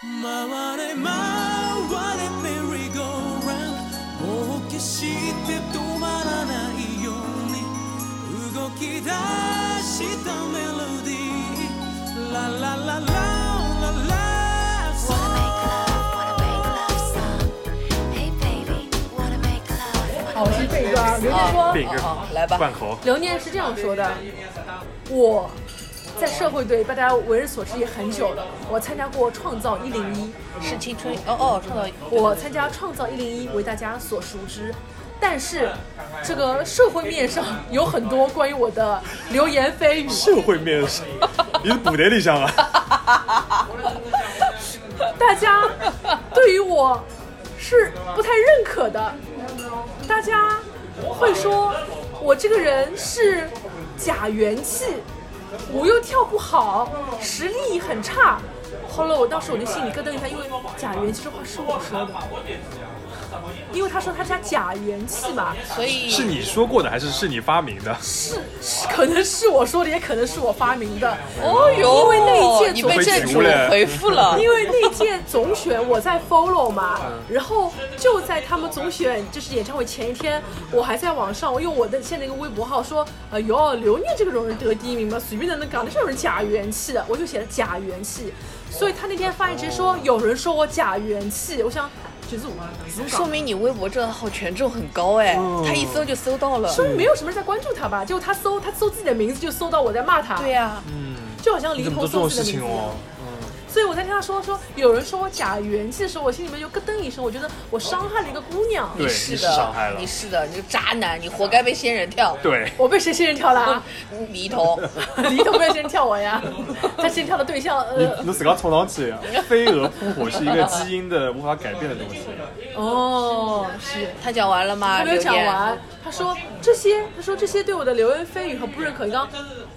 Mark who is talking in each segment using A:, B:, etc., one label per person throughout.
A: 回れ回れメリーゴーランドもう決して止まらないように動き出したメロディーララララララ
B: Wanna make love, wanna make love song. Hey baby, wanna make love.
C: 好，是这一段。刘念说，
D: 饼干
E: 好，来吧。
D: 罐头，
C: 刘念是这样说的：我在社会对大家为人所知也很久了。我参加过创造一零一，
E: 是青春哦哦，创造
C: 我参加创造一零一为大家所熟知。但是，这个社会面上有很多关于我的流言蜚语。
D: 社会面试，你是补的里向啊？
C: 大家对于我是不太认可的，大家会说我这个人是假元气，舞又跳不好，实力很差。后来我当时我就心里咯噔一下，因为假元气这话是我说的，因为他说他家假元气嘛，
E: 所 以
D: 是你说过的还是是你发明的？
C: 是是可能是我说的，也可能是我发明的。
E: 哦哟，
C: 因为那一届
E: 你
C: 总
E: 被
D: 被
E: 正
D: 植
E: 主
D: 入了
E: 回复 了，
C: 因为那届总选我在 follow 嘛，然后就在他们总选就是演唱会前一天，我还在网上我用我的现在一个微博号说，哎呦，刘念这个种人得第一名吗？随便的能搞，那这种人假元气的，我就写了假元气，所以他那天发言直接说有人说我假元气，我想橘子我怎么
E: 说
C: 搞？
E: 明你微博账号权重很高哎，他一搜就搜到了。
C: 说明没有什么人在关注他吧？结果他搜他搜自己的名字就搜到我在骂他，
E: 对啊呀，
C: 就好像
D: 你
C: 离
D: 怎么
C: 头
D: 做
C: 搜
D: 这种
C: 自
D: 事
C: 己的
D: 情
C: 名字一样
D: 哦？
C: 所以我在听他说说有人说我假元气的时候，我心里面就咯噔一声，我觉得我伤害了一个姑娘。
D: 对，你
E: 是
D: 是
E: 的，
D: 伤害了
E: 你。是的，你个渣男，你活该被仙人跳，
D: 对，
C: 我被谁仙人跳了啊？
E: 离头。
C: 李总被仙人跳我呀，他仙人跳的对象
D: 你
C: 呃
D: 你自个冲上去呀！飞蛾扑火是一个基因的无法改变的东 西。
C: 哦是。
E: 他讲完了吗？
C: 还没有
E: 刘
C: 讲
E: 念
C: 完，他说这些，他说这些对我的流言蜚语和不认可，刚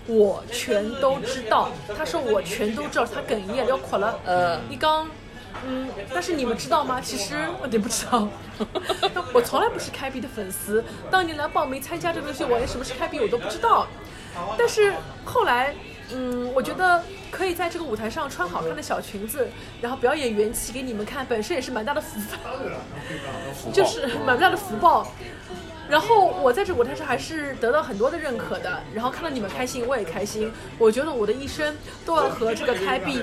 C: 我全都知道。他说我全都知道，他哽咽要哭了。
E: 呃，
C: 一刚，嗯，但是你们知道吗？其实 我也不知道，我从来不是开 B 的粉丝。当年来报名参加这个东西，我连什么是开 B 我都不知道。但是后来，嗯，我觉得可以在这个舞台上穿好看的小裙子，然后表演元气给你们看，本身也是蛮大的福分，就是蛮大的福报。然后我在这舞台上还是得到很多的认可的，然后看到你们开心，我也开心。我觉得我的一生都要和这个开闭，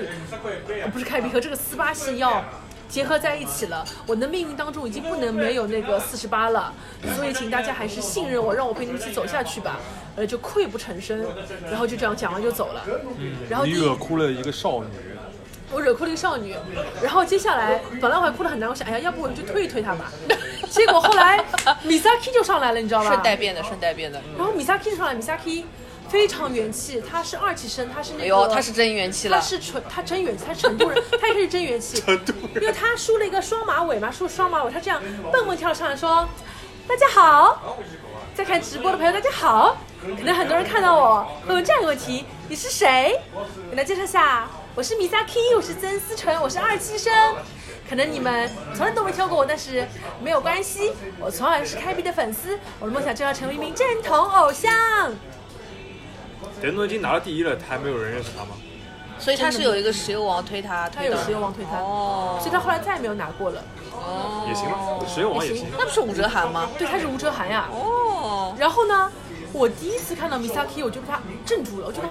C: 呃不是开闭，和这个斯巴西要结合在一起了。我的命运当中已经不能没有那个四十八了，所以请大家还是信任我，让我陪你们一起走下去吧。呃，就溃不成声，然后就这样讲完就走了。然后
D: 嗯你
C: 第一
D: 惹哭了一个少女，
C: 我惹哭了一个少女，然后接下来本来我还哭得很难，我想哎呀，要不我就推一推她吧。 结果后来 Misaki 就上来了，你知道吧？
E: 顺带变的，顺带变的。嗯
C: 然后米萨 K 上来，米萨 K 非常元气，他是二期生，他是那个，
E: 哎呦，他是真元气
C: 他
E: 了。
C: 是纯，他真元气，他是成都人，他一开始真元气，
D: 成都
C: 因
D: 人
C: 为他梳了一个双马尾嘛，梳双马尾，他这样蹦蹦跳上来说：“大家好，在看直播的朋友，大家好。”可能很多人看到我会问这样一个问题：你是谁？给大家介绍一下，我是米萨 K，我是曾思纯，我是二期生。可能你们从来都没听过我，但是没有关系，我从来是开 B 的粉丝，我的梦想就要成为一名正统偶像。
D: 德诺已经拿了第一了，还没有人认识他吗？
E: 所以他是有一个石油王推他，
C: 他
E: 推
C: 有
E: 到
C: 石油王推他，
E: 哦
C: 所以他后来再也没有拿过了。
D: 也行吧，石油王也行。
E: 那不是武哲涵吗？
C: 对，他是吴哲涵呀。
E: 哦，
C: 然后呢，我第一次看到 Misaki，我就被他镇住了。我觉得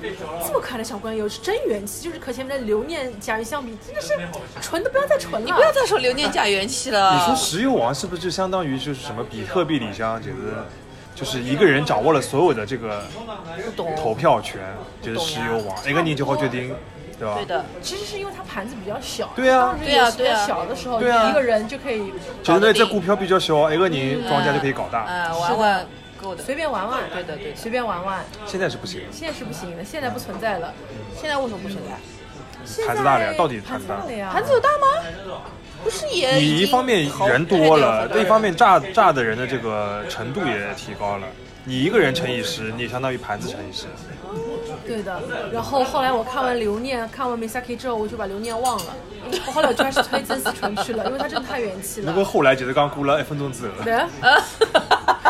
C: 这么可爱的小官友是真元气，就是和前面的留念假人相比，真的是纯的不要再纯了。
E: 你不要再说刘念假元气了。
D: 你说石油王是不是就相当于就是什么比特币里向，简直就是一个人掌握了所有的这个投票权，就是石油王，一个人就好决定，对吧？
E: 对的，
C: 其实是因为他盘子比较小。
D: 对啊
C: 当时
E: 对啊
C: 也是
E: 对啊
C: 小的时候，
D: 对啊
C: 一个人就可以
D: 就是那这股票比较小，一个人庄家就可以搞大。
E: 哎，玩玩够的。
C: 随便玩玩。
E: 对的对的
C: 随便玩玩。
D: 现在是不行，
C: 现在是不行的，现在不存在了。
E: 现在为什么不存在？
C: 现在
D: 盘子大了呀到底是
C: 盘
D: 盘
C: 子
D: 子
C: 大
D: 大
C: 了呀？
E: 盘子有大吗？不是也呃已
D: 你
E: 经
D: 一方面
E: 淘汰
D: 人多
E: 掉好
D: 了，
E: 多
D: 另一方面炸炸的人的这个程度也提高了。你一个人乘以十，你相当于盘子乘以十。
C: 对的，然后后来我看完留念，看完 Misaki 之后，我就把留念忘了。我后来我就开始推曾思纯去了，因为他真的太元气
D: 那
C: 了。
D: 个后来就是刚估了一分钟之后，
C: 对， 啊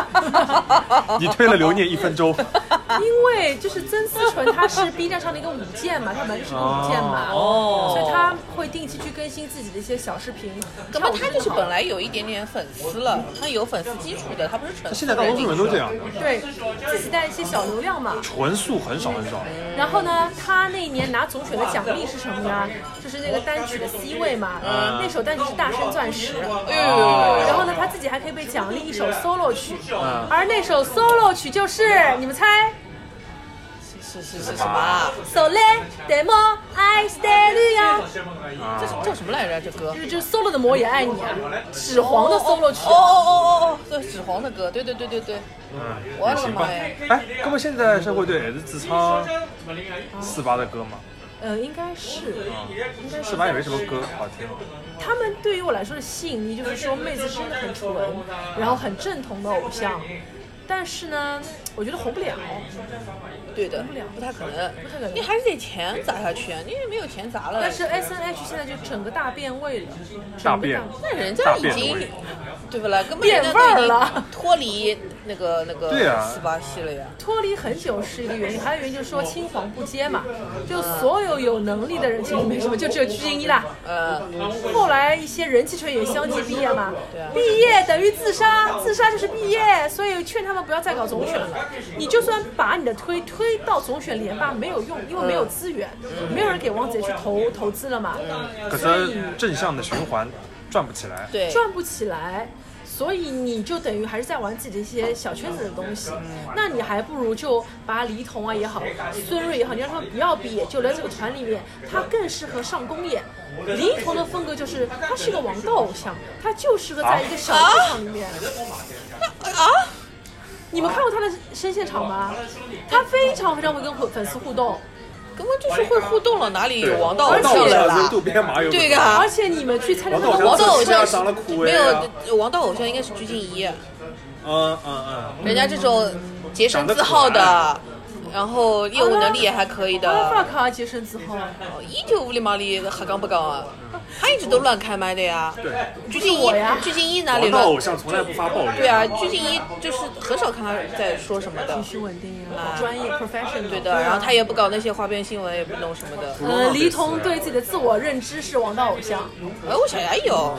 D: 你推了留念一分 钟，
C: 因为就是曾思纯，她是 B 站上的一个舞剑嘛，她本来就是个舞剑嘛，
D: 哦
C: 所以她会会定期去更新自己的一些小视频。
E: 怎么他就是本
C: 来
E: 来有一点点粉丝了，他有粉丝基础的，他不是纯
D: 现在大多数人都这样的，
C: 对自己带一些小流量嘛？
D: 纯素很少很少。
C: 然后呢，他那一年拿总选的奖励是什么呢？就是那个单曲的 C 位嘛，呃那首单曲是《大声钻石》。然后呢，他自己还可以被奖励一首 solo 曲，而那首 solo 曲就是你们猜
E: 是是是什么啊？
C: ，Sole demo I stay 绿呀，
D: 啊
E: 这是叫什么来着？这歌？
C: 就是就是 solo 的魔也爱你啊，纸黄的 solo 曲
E: 哦。哦哦哦哦，对，纸黄的歌，对对对对对。我的妈呀！
D: 嗯哎，那么现在社会队还是只唱四八的歌吗？
C: 呃，应该是
D: 四八也没什么歌好听。
C: 他们对于我来说的吸引力，就是说妹子真的很纯，然后很正统的偶像，但是呢，我觉得红不了。
E: 对的，不太可能，
C: 不太可能
E: 你还是得钱砸下去，啊你也没有钱砸了。
C: 但是 S N H 现在就整个大变味了，整个
D: 大变
E: 那人家已
D: 大变
E: 经
D: 味，
E: 对不啦？根本
C: 变
E: 人家都已
C: 味儿
E: 经
C: 了
E: 脱离那个那个
D: 对啊
E: 斯巴西了呀。
C: 脱离很久是一个原因，还有原因就是说青黄不接嘛，就所有有能力的人其实没什么，就只有鞠婧祎啦。
E: 呃，
C: 后来一些人气圈也相继毕业嘛
E: 对啊，
C: 毕业等于自杀，自杀就是毕业，所以劝他们不要再搞总选了。你就算把你的推推到总选联吧，没有用，因为没有资源，没有人给汪贼去投投资了嘛，
D: 可是正向的循环转不起来。
E: 对，
C: 赚不起来。所以你就等于还是在玩自己的一些小圈子的东西，那你还不如就把李彤啊也好，孙瑞也好，你让他们不要毕业，就留在这个团里面，他更适合上公演。李彤的风格就是他是个王道偶像，他就适合在一个小剧场里面。
E: 啊，
C: 你们看过他的声现场吗？他非常非常会跟粉粉丝互动，
E: 根本就是会互动了，哪里有王道
D: 王
E: 偶
D: 哦道
E: 像
D: 偶
E: 了
D: 像跟
E: 啦
D: 渡？边麻友，
E: 对的，
C: 而且你们去参加他的
D: 王
E: 王道偶
D: 是啊
E: 像
D: 长了枯
E: 没
D: 萎啊
E: 有王道偶像应该是鞠婧祎，
D: 嗯嗯嗯，
E: 人家这种洁身自好
D: 长
E: 的，
D: 嗯
E: 然后业务能力也还可以的。
C: 阿拉法卡洁身自好，
E: 哦依旧乌里麻里瞎讲不讲啊？他一直都乱开麦的呀。
D: 对，
E: 鞠婧
C: 我呀
E: 祎，鞠婧祎哪里
D: 王道偶
E: 乱？
D: 像从来不发暴言。
E: 嗯对啊，鞠婧祎就是很少看他在说什么的
C: 必。须稳定
E: 啊
C: 啊，专业 professional。
E: 对
D: 啊
E: 的，然后他也不搞那些花边新闻，也不弄什么的。
C: 呃，黎
D: 啊
C: 童对自己的自我认知是王道偶像，
E: 哎，我想也有，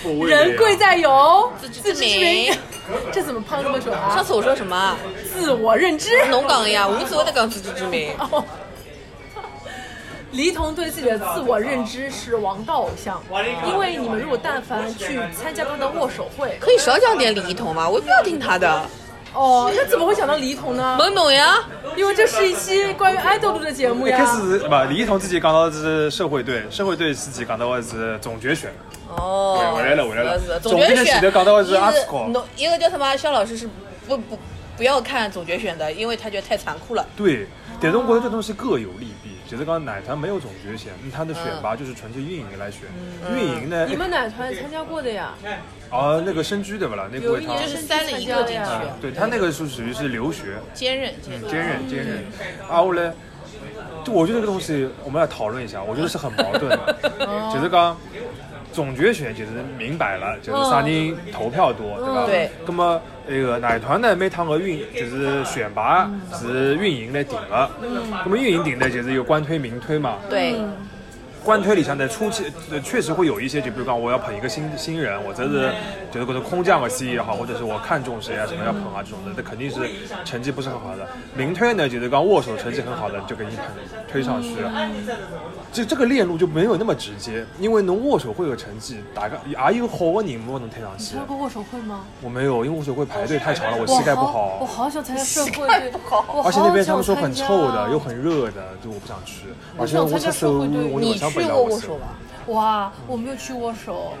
D: 错位
C: 人贵在有
E: 自知
C: 自
E: 之
C: 知之
E: 明
C: 明。 这怎么胖这么准
E: 上
C: 啊？
E: 次我说什么啊？
C: 自我认 知。
E: 侬讲呀，我只会得讲自知之明。
C: 哦 黎童对自己的自我认知是王道偶像，因为你们如果但凡去参加他的握手会，
E: 可以少讲点李一桐吗？我不要听他的。
C: 哦，那怎么会想到黎童呢？
E: 萌萌呀，
C: 因为这是一期关于爱豆的节目
D: 一
C: 呀
D: 开。始不，李一桐自己讲到的是社会队，社会队自己讲到的是总决选，
E: 哦，
D: 回来了回来了
E: 是的
D: 总
E: 总决
D: 决
E: 选
D: 选搞到是
E: 一个
D: Article
E: 侬一个叫什么肖老师是不不不要看总决选的，因为他觉得太残酷了。
D: 对，但是我觉得这东西各有利弊。就是讲奶团没有总决选，嗯它的选拔就是纯粹运营来选。运营呢
C: 你，们奶团参加过的呀？
D: 啊，那个深居对不啦？那
C: 有
D: 个
C: 一
D: 他
C: 年，
E: 是
C: 深
E: 塞了
C: 参
E: 一
C: 加
E: 个
C: 的
E: 进
C: 呀
E: 去
D: 嗯对他那个是属于是留学，
E: 坚韧坚韧。
D: 坚韧坚韧。啊，后来，就我觉得这个东西我们要讨论一下，我觉得是很矛盾的，就是讲。总决选就是明摆了，就是啥人投票多，对吧？
E: 对。
D: 那么那个奶团呢，每趟个运就是选拔是运营来定的，那么运营定的就是有官推民推嘛。
E: 对，
D: 官推里向呢，初期呃确实会有一些，就比如讲我要捧一个新新人，我真是觉得可能空降个 C 也好，或者是我看中谁啊什么要捧啊这种的，那肯定是成绩不是很好的。明推呢，就是刚握手成绩很好的，你就给你捧推上去了。这这个链路就没有那么直接，因为侬握手会有成绩，啊大概也有好的人没能推上去
C: 参
D: 啊
C: 加。过握手会吗？
D: 我没有，因为握手会排队太长了，我
C: 我
D: 膝盖不
C: 好，我好想参加社会队，我
D: 而且那边他们说
C: 好想
D: 很
C: 参加啊
D: 臭的，又很热的，就我不想去。而且我吃手，我
E: 你
D: 晚上
E: 去
D: 本来
E: 过
D: 我
E: 握
D: 吃
E: 手吧？
C: 哇，我没有去握手，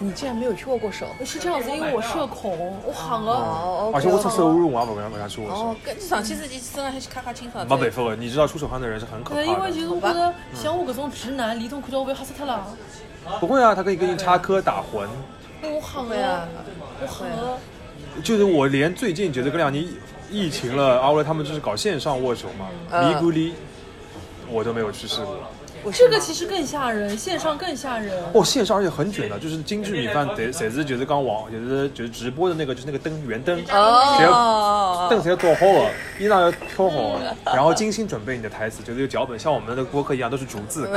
E: 你竟然没有去握过手？
C: 是这样子，因为我社恐，我喊了。
E: 哦，
D: 而且我出收入，我也不敢跟他去握手
E: 哦，。跟上期自己身上还是咔咔清爽。
D: 没办法的，你知道出手汗的人是很可
C: 对，因
D: 怕
C: 为其
D: 的。嗯
C: 实我觉得像我搿种直男，李总看到我被吓死脱了。
D: 不会啊，他可以跟你插科打诨。
C: 我喊
E: 对啊
C: 了，，我喊了，
D: 就是我连最近觉得这两年疫疫情了，阿威他们就是搞线上握手嘛，
E: 嗯
D: 尼古里，我都没有去试过。
C: 这个其实更吓人，线上更吓人。
D: 哦，线上而且很卷的，就是精致米饭得谁是就是刚网就是就是直播的那个就是那个灯圆灯，
E: 哦
D: 凳子要做好了，衣裳要挑好了，然后精心准备你的台词，就是有脚本，像我们的播客一样都是逐字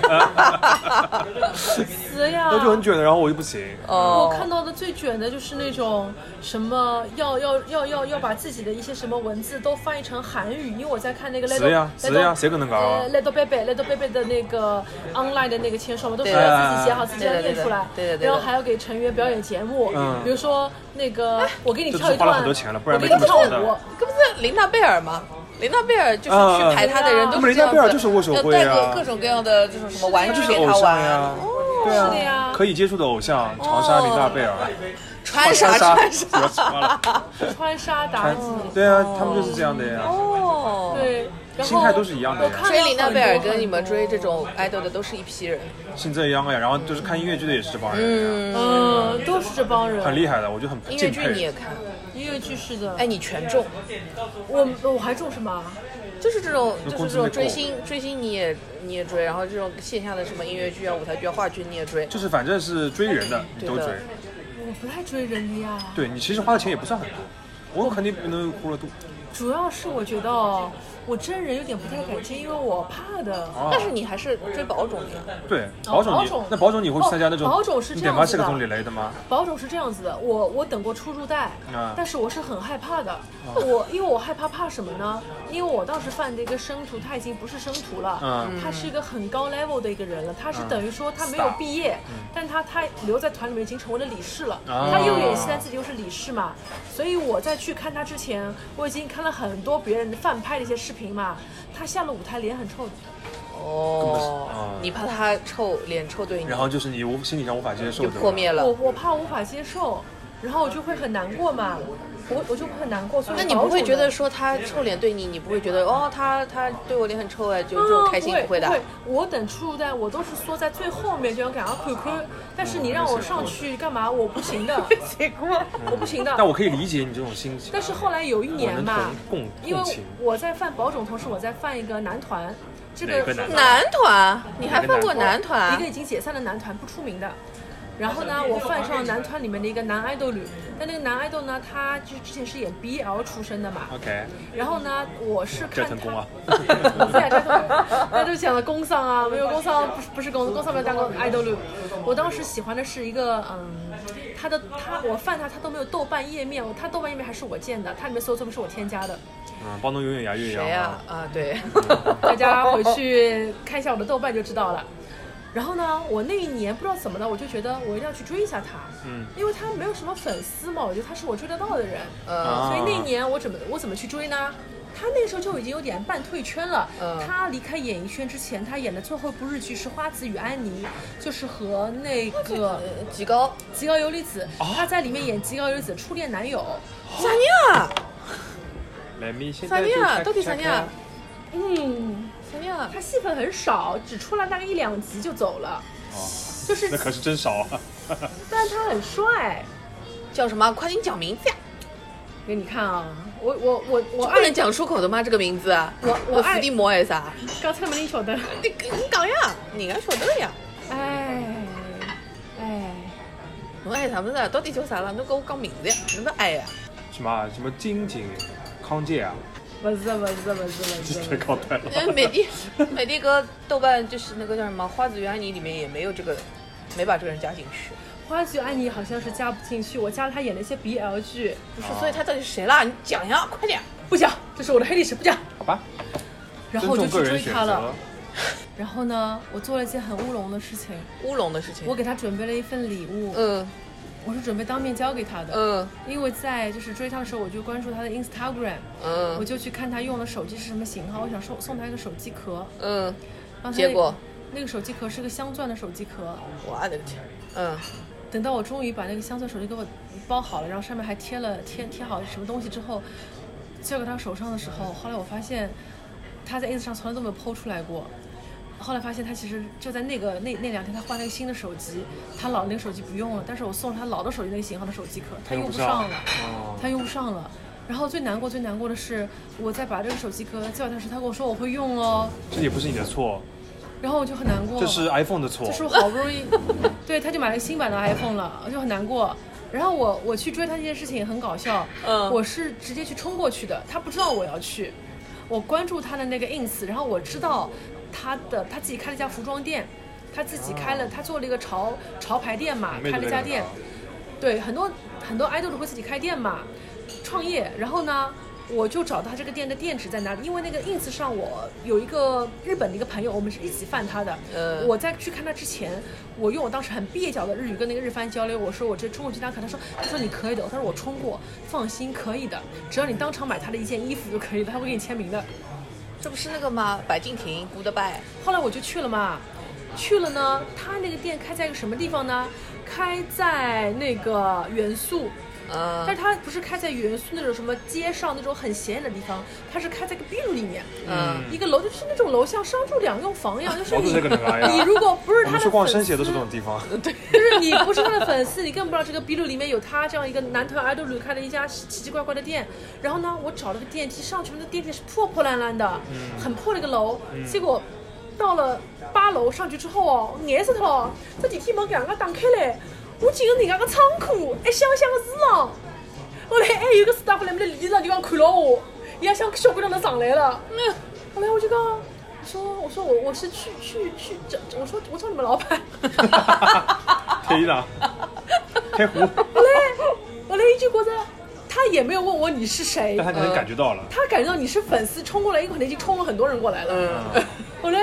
D: 稿，
C: 死呀！
D: 那就很卷的，然后我就不行。
C: 我
E: 哦，
C: 看到的最卷的就是那种什么要要要要要把自己的一些什么文字都翻译成韩语，因为我在看那个 Little
D: 是呀是呀
C: Little-
D: 谁可能搞啊
C: 呃 Little Baby Little Baby 的那个 online 的那个签售嘛，都是
E: 对
C: 要自己写好自己要
E: 对的
C: 念出来，
E: 对的对的对的
C: 然后还要给成员表演节目，
D: 嗯
C: 比如说那个我给你
D: 这
C: 跳一
D: 就花了
C: 段，
D: 很多钱了不然
C: 我给
D: 没
C: 你
D: 这么
C: 跳
D: 多的
C: 舞，
E: 这不是琳达贝尔吗？琳达贝尔就是
D: 啊
E: 去排他的人都
D: 那
E: 是这样子，
D: 么琳达贝尔就是握手会啊
E: 要带过各种各样的这种什么玩具
D: 就是
E: 给
D: 偶
E: 他
D: 像
E: 玩，啊
D: 呀，对
C: 哦是的呀
D: 啊，可以接触的偶像，长沙林娜贝尔，
E: 穿啥
D: 穿
E: 穿
D: 啥
E: 啥，
D: 不要穿了
C: 穿沙妲己，
D: 对啊，他们就是这样的呀。
E: 哦，
C: 对，然后
D: 心态都是一样的
C: 我
D: 呀
C: 看
E: 追
C: 到
E: 琳达
C: 很
E: 贝尔
C: 多
E: 跟你们
C: 很多
E: 追这种 idol 的都是一批人，
D: 像这样呀，然后就是看音乐剧的也是这帮人呀，
C: 嗯，都是这帮人。
D: 很厉害的，我就很
E: 音乐
D: 敬
E: 剧你也
D: 佩。
E: 看，
C: 音乐剧是的，
E: 哎，你全中，
C: 我我还中什么啊？
E: 就是这种，
D: 那
E: 就是
D: 工
E: 这
D: 资
E: 种
D: 没
E: 追
D: 够
E: 星，追星你也你也追，然后这种线下的什么音乐剧啊、舞台剧啊、话剧你也追，
D: 就是反正是追人的，你都
E: 对的
D: 追。
C: 我不太追人的呀，
D: 对你其实花的钱也不算很多，我肯定不能糊了肚。
C: 主要是我觉得我真人有点不太敢接，因为我怕的。
D: 啊
E: 但是你还是追保种的呀。
D: 对，
C: 哦
D: 保种
C: 保
D: 你
C: 种
D: 那保种你会去参加那
C: 哦
D: 种
C: 保种是这样子的
D: 你点发这个种之类的吗？
C: 保种是这样子的，我我等过出入带，
D: 啊
C: 但是我是很害怕的。
D: 哦
C: 我因为我害怕怕什么呢？因为我当时犯的一个生徒，他已经不是生徒了，
D: 嗯
C: 他是一个很高 level 的一个人了，他是
D: 嗯
C: 等于说他没有
D: Star
C: 毕业，但他他留在团里面已经成为了理事了。
D: 啊
C: 他右眼现在自己又是理事嘛，所以我在去看他之前，我已经看了很多别人翻拍的一些视频嘛，他下了舞台脸很臭的。
E: 哦，你怕他臭脸臭对你，
D: 然后就是你无心理上无法接受
E: 就
D: 的，
E: 破灭了
C: 我。我怕无法接受，然后我就会很难过嘛，我我就会很难过。所以
E: 那你
C: 保
E: 不会
C: 守
E: 觉
C: 的
E: 得说他臭脸对你，你不会觉得哦，他他对我脸很臭哎，就这种
C: 啊
E: 开心
C: 不
E: 会的。
C: 我等出入带，我都是缩在最后面，就要给他看看。但是你让我上去干嘛？我不行 的，我不行的。
D: 但我可以理解你这种心情
C: 但。是后来有一年吧
D: 我能同，共
C: 因为
D: 共情
C: 我在犯保种，同时我在犯一个男团，这
D: 哪个男团
E: 男团，你还
D: 哪个
E: 放过男
D: 男
E: 团啊
C: 一个？已经解散的男团，不出名的。然后呢，我犯上了男团里面的一个男爱豆女，但那个男爱豆呢，他就是之前是演 BL 出身的嘛，
D: OK，
C: 然后呢，我是
D: 这
C: 看
D: 成 功啊！
C: 他，对这份工那就讲了工伤啊，没有工伤，不是不是工，工伤没有当过爱 豆 l 我当时喜欢的是一个嗯，他的他我犯他他都没有豆瓣页面，他豆瓣页面还是我建的，他里面所有作品是我添加 的。
D: 嗯，帮侬永远牙越
E: 谁
D: 洋
E: 呀
D: 啊！？
E: 啊，对，
C: 大家回去看一下我的豆瓣就知道了。然后呢，我那一年不知道怎么的，我就觉得我一定要去追一下他，
D: 嗯，
C: 因为他没有什么粉丝嘛，我觉得他是我追得到的人，
E: 嗯
D: 啊
C: 所以那一年我怎么我怎么去追呢？他那时候就已经有点半退圈了。
E: 嗯
C: 他离开演艺圈之前，他演的最后一部日剧是《花子与安妮》，就是和那个
E: 呃极高，
C: 吉高由里子，他在里面演吉高由里子的初恋男友。
E: 啥人啊？
D: 来，咪现
E: 啥
D: 在就
E: 人啊？
D: check-
E: 到底啥人啊？
C: 嗯，
E: 啥人啊？
C: 他戏份很少，只出来大概一两集就走了，
D: 哦
C: 就
D: check- check
C: 是
D: 那可是真少啊！
C: 但他很帅。
E: 叫什么？快点讲名字呀！
C: 给你看啊，我我我我
E: 这不
C: 爱
E: 能讲出口的吗？这个名字，啊
C: 我我
E: 我
C: 爱
E: 伏地魔还是啥？
C: 刚才没你晓得，
E: 你你讲呀，人家晓得了呀。
C: 哎哎，
E: 侬爱啥么子啊？到底叫啥了？侬跟我讲名字呀？侬不爱 呀？
D: 什么啊什么金井、康介啊，
C: 不是不是不是不
D: 这
C: 是
D: 太搞对
E: 因
D: 了。
E: 为美的美的哥豆瓣就是那个叫什么《花子与安妮》里面也没有这个，没把这个人加进去。
C: 花絮安妮好像是加不进去，我加了她演的一些 BL 剧，
E: 不是，所以他到底是谁啦？你讲呀，快点！
C: 不讲，这是我的黑历史，不讲。
D: 好吧，
C: 然
D: 尊
C: 后我就
D: 重个
C: 去
D: 人
C: 追
D: 选
C: 她了
D: 择。。
C: 然后呢，我做了一件很乌龙的事情，
D: 嗯
E: 乌龙的事情。
C: 我给她准备了一份礼物，
D: 呃
E: 嗯
C: 我是准备当面交给她的，
E: 嗯
C: 因为在就是追她的时候，我就关注她的 Instagram，我
E: 嗯
C: 就去看她用的手机是什么型号，我想送送她一个手机壳，
E: 嗯，
C: 然后她那
E: 结果
C: 那个手机壳是个镶钻的手机壳，
E: 我的个天！嗯，
C: 等到我终于把那个镶钻手机给我包好了，然后上面还贴了贴贴好什么东西之后，交给他手上的时候，后来我发现他在 ins 上从来都没有 PO 出来过。后来发现他其实就在那个那那两天，他换了一个新的手机，他老的那个手机不用了，但是我送了他老的手机那个型号的手机壳，他用不上了，
D: 哦
C: 他用不上了。然后最难过最难过的是，我在把这个手机壳交给他时，他跟我说我会用哦，
D: 这也不是你的错，
C: 然后我就很难过。
D: 这是 iPhone 的错
C: 就。是我好不容易，对，他就买了新版的 iPhone 了，就很难过。然后我我去追他这件事情也很搞笑，
E: 嗯
C: 我是直接去冲过去的，他不知道我要去，我关注他的那个 ins，然后我知道他的他自己开了一家服装店，他自己开了，他做了一个潮潮牌店嘛，
D: 妹子
C: 开了一家
D: 那个
C: 店，对，很多很多 idol 都会自己开店嘛，创业。然后呢，我就找到他这个店的店址在哪里，因为那个 ins 上我有一个日本的一个朋友，我们是一起犯他的。
E: 嗯
C: 我在去看他之前，我用我当时很蹩脚的日语跟那个日番交流，我说我这冲过去打卡，他说他说你可以的，他说我冲过，放心可以的，只要你当场买他的一件衣服就可以了，他会给你签名的。
E: 这不是那个吗？白敬亭 Goodbye，
C: 后来我就去了嘛，去了呢，他那个店开在一个什么地方呢？开在那个元素，
E: 嗯
C: 但是它不是开在元素那种什么街上那种很显眼的地方，它是开在一个 B 路里面，
E: 嗯，
C: 一个楼就是那种楼像商住两用房一样，就是
D: 房
C: 你
D: 啊子这个能来呀
C: 你如果不是
D: 我
C: 他
D: 们
C: 的
D: 去逛
C: 粉
D: 深
C: 丝
D: 鞋，都是这种地方。
C: 就是你不是他的粉丝，你更不知道这个 B 路里面有他这样一个男团爱豆旅开了一家奇奇怪怪的店。然后呢，我找了个电梯上去，那电梯是破破烂烂的，很破的一个楼。结果到了八楼上去之后哦，硬死脱了，这电梯门给人家打开来，我进了人家个仓库，一箱箱的纸张。后来还有一个 staff 在那边立着地方看哎牢我，伊拉想小姑娘能上来了。后来我就讲，我说我说我我是去去去找，我说我找你们老板。
D: 天一 郎，天湖，
C: 我嘞，我嘞一句觉着，他也没有问我你是谁
D: 但，他可能感觉到
E: 呃
D: 了。
C: 他感觉到你是粉丝冲过来，因为可能已经冲了很多人过来了。
D: 嗯
C: 我嘞，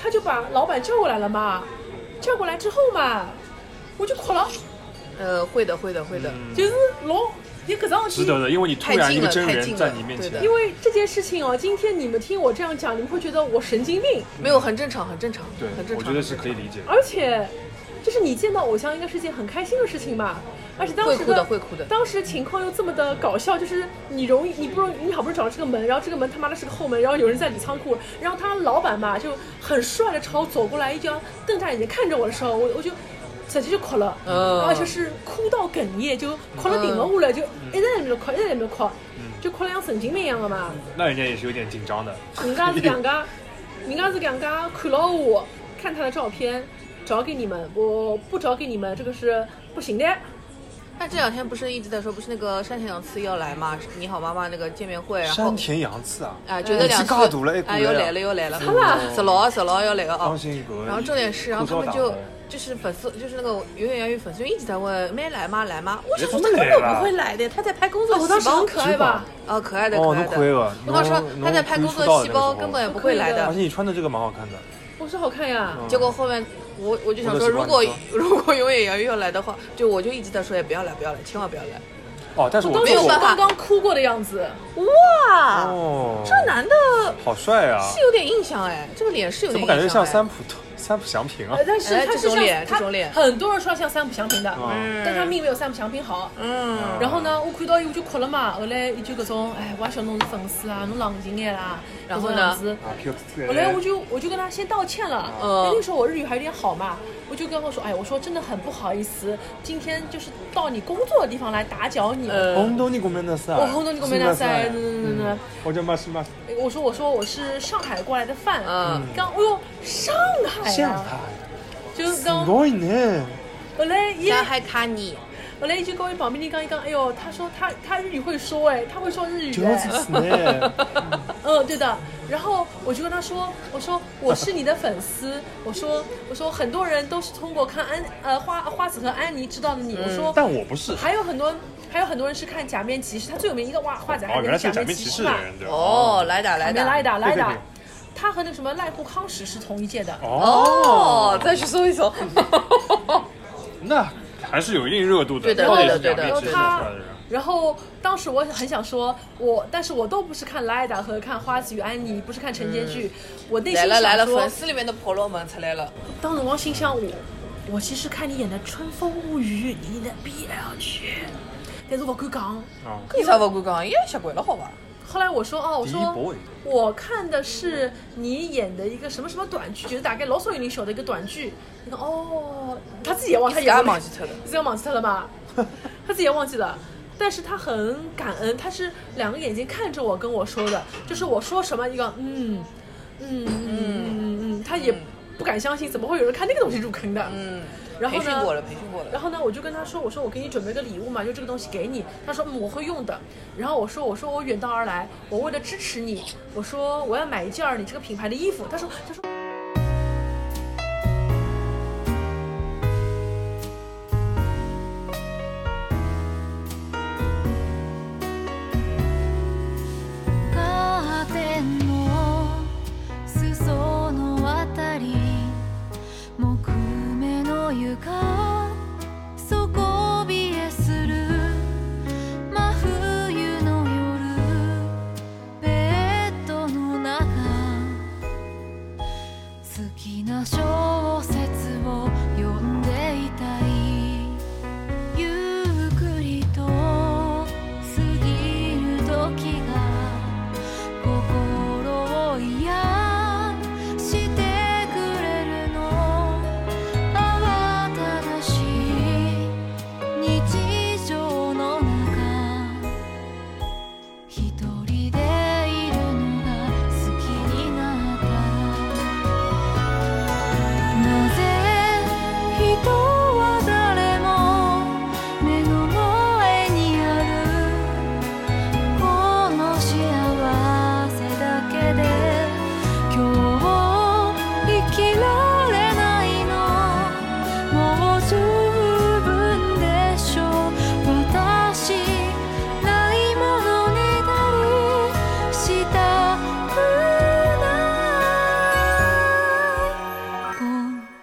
C: 他就把老板叫过来了嘛，叫过来之后嘛，我就哭了，
E: 呃，会的，会的，会的，
D: 嗯
C: 就是老也搿桩事
D: 值得
C: 体。
D: 的，因为你突然一个真人在你面
E: 太近了太近了对
D: 前
E: 的
C: 因，为这件事情哦，今天你们听我这样讲，你们会觉得我神经病，
E: 没有很正常，很正常，
D: 对
E: 很正，常，
D: 我觉得是可以理解的。
C: 而且就是你见到偶像应该是件很开心的事情嘛，而且当时
E: 会哭的会哭的
C: 当时情况又这么的搞笑，就是你容易，你不容易，你好不容易找到这个门，然后这个门他妈的是个后门，然后有人在理仓库，然后他老板嘛就很帅的朝我走过来，一张瞪大眼睛看着我的时候，我我就。直接就哭了，
E: 嗯
C: 而且是哭到哽咽，就哭了顶了下来，就一直在那边哭，一直在那边哭，就哭了像神经病一样的嘛。
D: 那人家也是有点紧张的，
C: 人家是两家，人家是两家看牢我，看他的照片，找给你们，我不找给你们，这个是不行的。
E: 但这两天不是一直在说，不是那个山田洋次要来嘛？你好妈妈那个见面会，然后
D: 山田洋次啊，
E: 啊，觉得两次
D: 是尬赌了哎
E: 啊，
D: 过来
E: 又
D: 了
E: 来了又来了，
D: 好啦
E: 十六号十六号要来了啊
D: 当。心一个。
E: 然后重点是，然后他
D: 口
E: 们
D: 罩
E: 就
D: 打红
E: 就是粉丝，就是那个永远言语粉丝就一直在问没来吗？来吗？我想
D: 怎
E: 说
D: 么
E: 他根
D: 来了
E: 本不会来的，他在拍工作
C: 哦我当
E: 细
C: 时很
E: 胞。
C: 可爱吧？
E: 啊，可爱的可
D: 哦
E: 爱
D: 那亏
E: 的
D: 了。
E: 我刚说
D: 能
E: 他在拍工作细胞，
D: 能
E: 根本也不会来
D: 而
E: 的。
D: 且你穿的这个蛮好看的，
C: 我说好看呀，
D: 嗯
E: 结果后面我我就想
D: 工作
E: 说，如
D: 细胞
E: 果
D: 你
E: 如果永远言语要来的话，就我就一直在说，也不要来，不要来，千万不要来。
D: 哦，但是我
C: 当
E: 没
C: 时
E: 有
C: 我
E: 办法啊
C: 刚刚哭过的样子，
E: 哇，
D: 哦，
E: 啊这男的
D: 好帅啊，
E: 是有点印象哎，这个脸是有
D: 怎
E: 点
D: 么
E: 印象
D: 感
E: 哎。
D: 觉像三浦三浦翔平啊
C: 呃？但是
E: 哎
C: 他
E: 这
C: 是
E: 种
C: 像
E: 脸
C: 他
E: 这种脸
C: 很多人说他像三浦翔平的，
E: 啊
D: 嗯
C: 但他命没有三浦翔平好。
E: 嗯，
C: 然后呢，我看到伊我就哭了嘛，后来伊就搿种，哎，我也晓得侬是粉丝啊，侬冷静眼啦，
E: 然后
C: 搿
E: 呢
C: 种样子
D: 啊，QX
C: 后来我就我就跟他先道歉了，哎
E: 嗯
C: 因为那时候我日语还有点好嘛，我就跟他说，哎，我说真的很不好意思，今天就是到你工作的地方来打搅你，
E: 呃，
D: 红豆你ごめんなさい，
C: 我
E: 哦
C: 轰动你给我们大赛，
D: すいません
C: 嗯嗯嗯
D: 我叫马斯马，
C: 嗯我说我说我是上海过来的饭，
E: 嗯
C: 刚，哎呦，上
E: 哎
C: 海
D: 上
C: 啊，
D: 海，
C: 就是
D: す
C: 刚，
D: ごいね。
C: 后来伊
E: 上海卡尼，
C: 后来伊就跟我旁边人讲，伊讲，哎呦，他说他他日语会说，哎，他会说日语，
D: 上
C: 哎
D: 手です ね。
C: 嗯，对的。然后我就跟他说，我说我是你的粉丝，我说我说很多人都是通过看安呃花花子和安妮知道的你，
D: 嗯
C: 我说
D: 但我不是。
C: 还有很多还有很多人是看假面骑士，他最有名一个哇花子和
D: 哦，
C: 安妮
D: 原来是
C: 假
D: 假
C: 面
D: 面
C: 骑
D: 骑
C: 士
D: 士
C: 嘛
D: 的，人对吧。
E: 哦，来打来
C: 假面拉一
E: 打，
C: 打拉一
D: 对
C: 打
D: 对对，
C: 他和那个什么濑户康史是同一届的。
E: 哦，再去搜一 搜。
D: 那还是有一定热度的。
E: 对的
D: 到底是
E: 对
D: 假
E: 的
D: 面
E: 对的
D: 骑
C: 然
D: 士
C: 后
D: 出来
C: 他
D: 的人。
C: 然后当时我很想说，我但是我都不是看莱达和看花子与安妮，不是看晨间剧，
D: 嗯
C: 我内心想说，
E: 来了
C: 哎
E: 来了，粉丝里面的婆罗门才来了。
C: 当时我心想我，我其实看你演的《春风物语》，你演的 BL 剧，但是我不敢讲。
D: 啊，
E: 你啥不敢讲？也吓鬼了好吧？
C: 后来我说哦，我
D: 第一波
C: 说我看的是你演的一个什么什么短剧，就是大概老少有人晓得一个短剧。你看哦，他自己也忘，他
E: 自
C: 也
E: 家
C: 忘
E: 忘记脱了。
C: 自己忘记他了吧？他自己也忘记了，但是他很感恩，他是两个眼睛看着我跟我说的，就是我说什么一个嗯嗯嗯嗯嗯，他也不敢相信，怎么会有人看那个东西入坑的？嗯，然后
E: 培
C: 呢？
E: 训过了，培训过了。
C: 然后呢，我就跟他说，我说我给你准备个礼物嘛，就这个东西给你。他说、嗯、我会用的。然后我说我说我远道而来，我为了支持你，我说我要买一件儿你这个品牌的衣服。他说他说
B: カーテンの裾のあたり木目の床底冷えする真冬の夜ベッドの中好きな小説を読んでいたりゆっくりと過ぎる時が心を癒してくれるの慌ただしい日常の中一人でいるのが好きになったなぜ人は誰も目の前にあるこの幸せだけで今日生きられないのもう十分でしょう私ないものねだりしたくないこ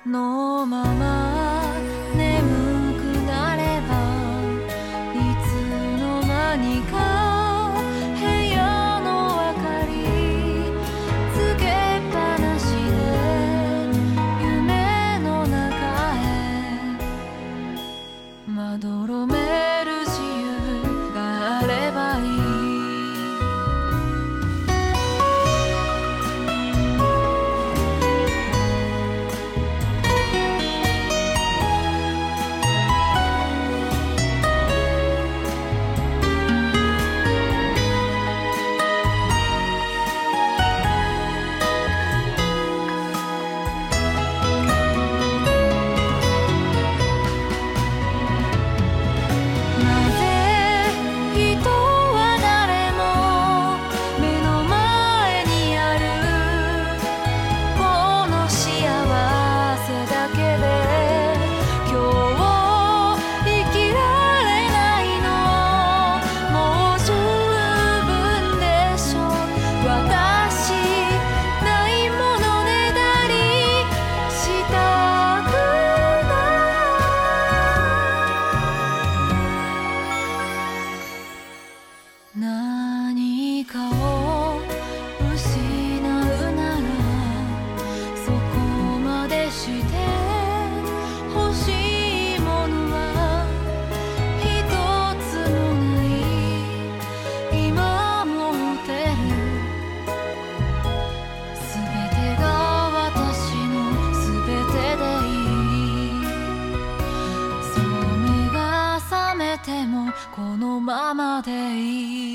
B: のまま眠くなればいつの間にか部屋の明かりつけっぱなしで夢の中へまどろめる自由があればいいなぜ人は誰も目の前にあるこの幸せだけで今日生きられないのもう十分でしょ私ないものねだりしたくない何かを失うならそこまでして欲しいものは一つもない今持てる全てが私の全てでいいそう目が覚めてもこのままでいい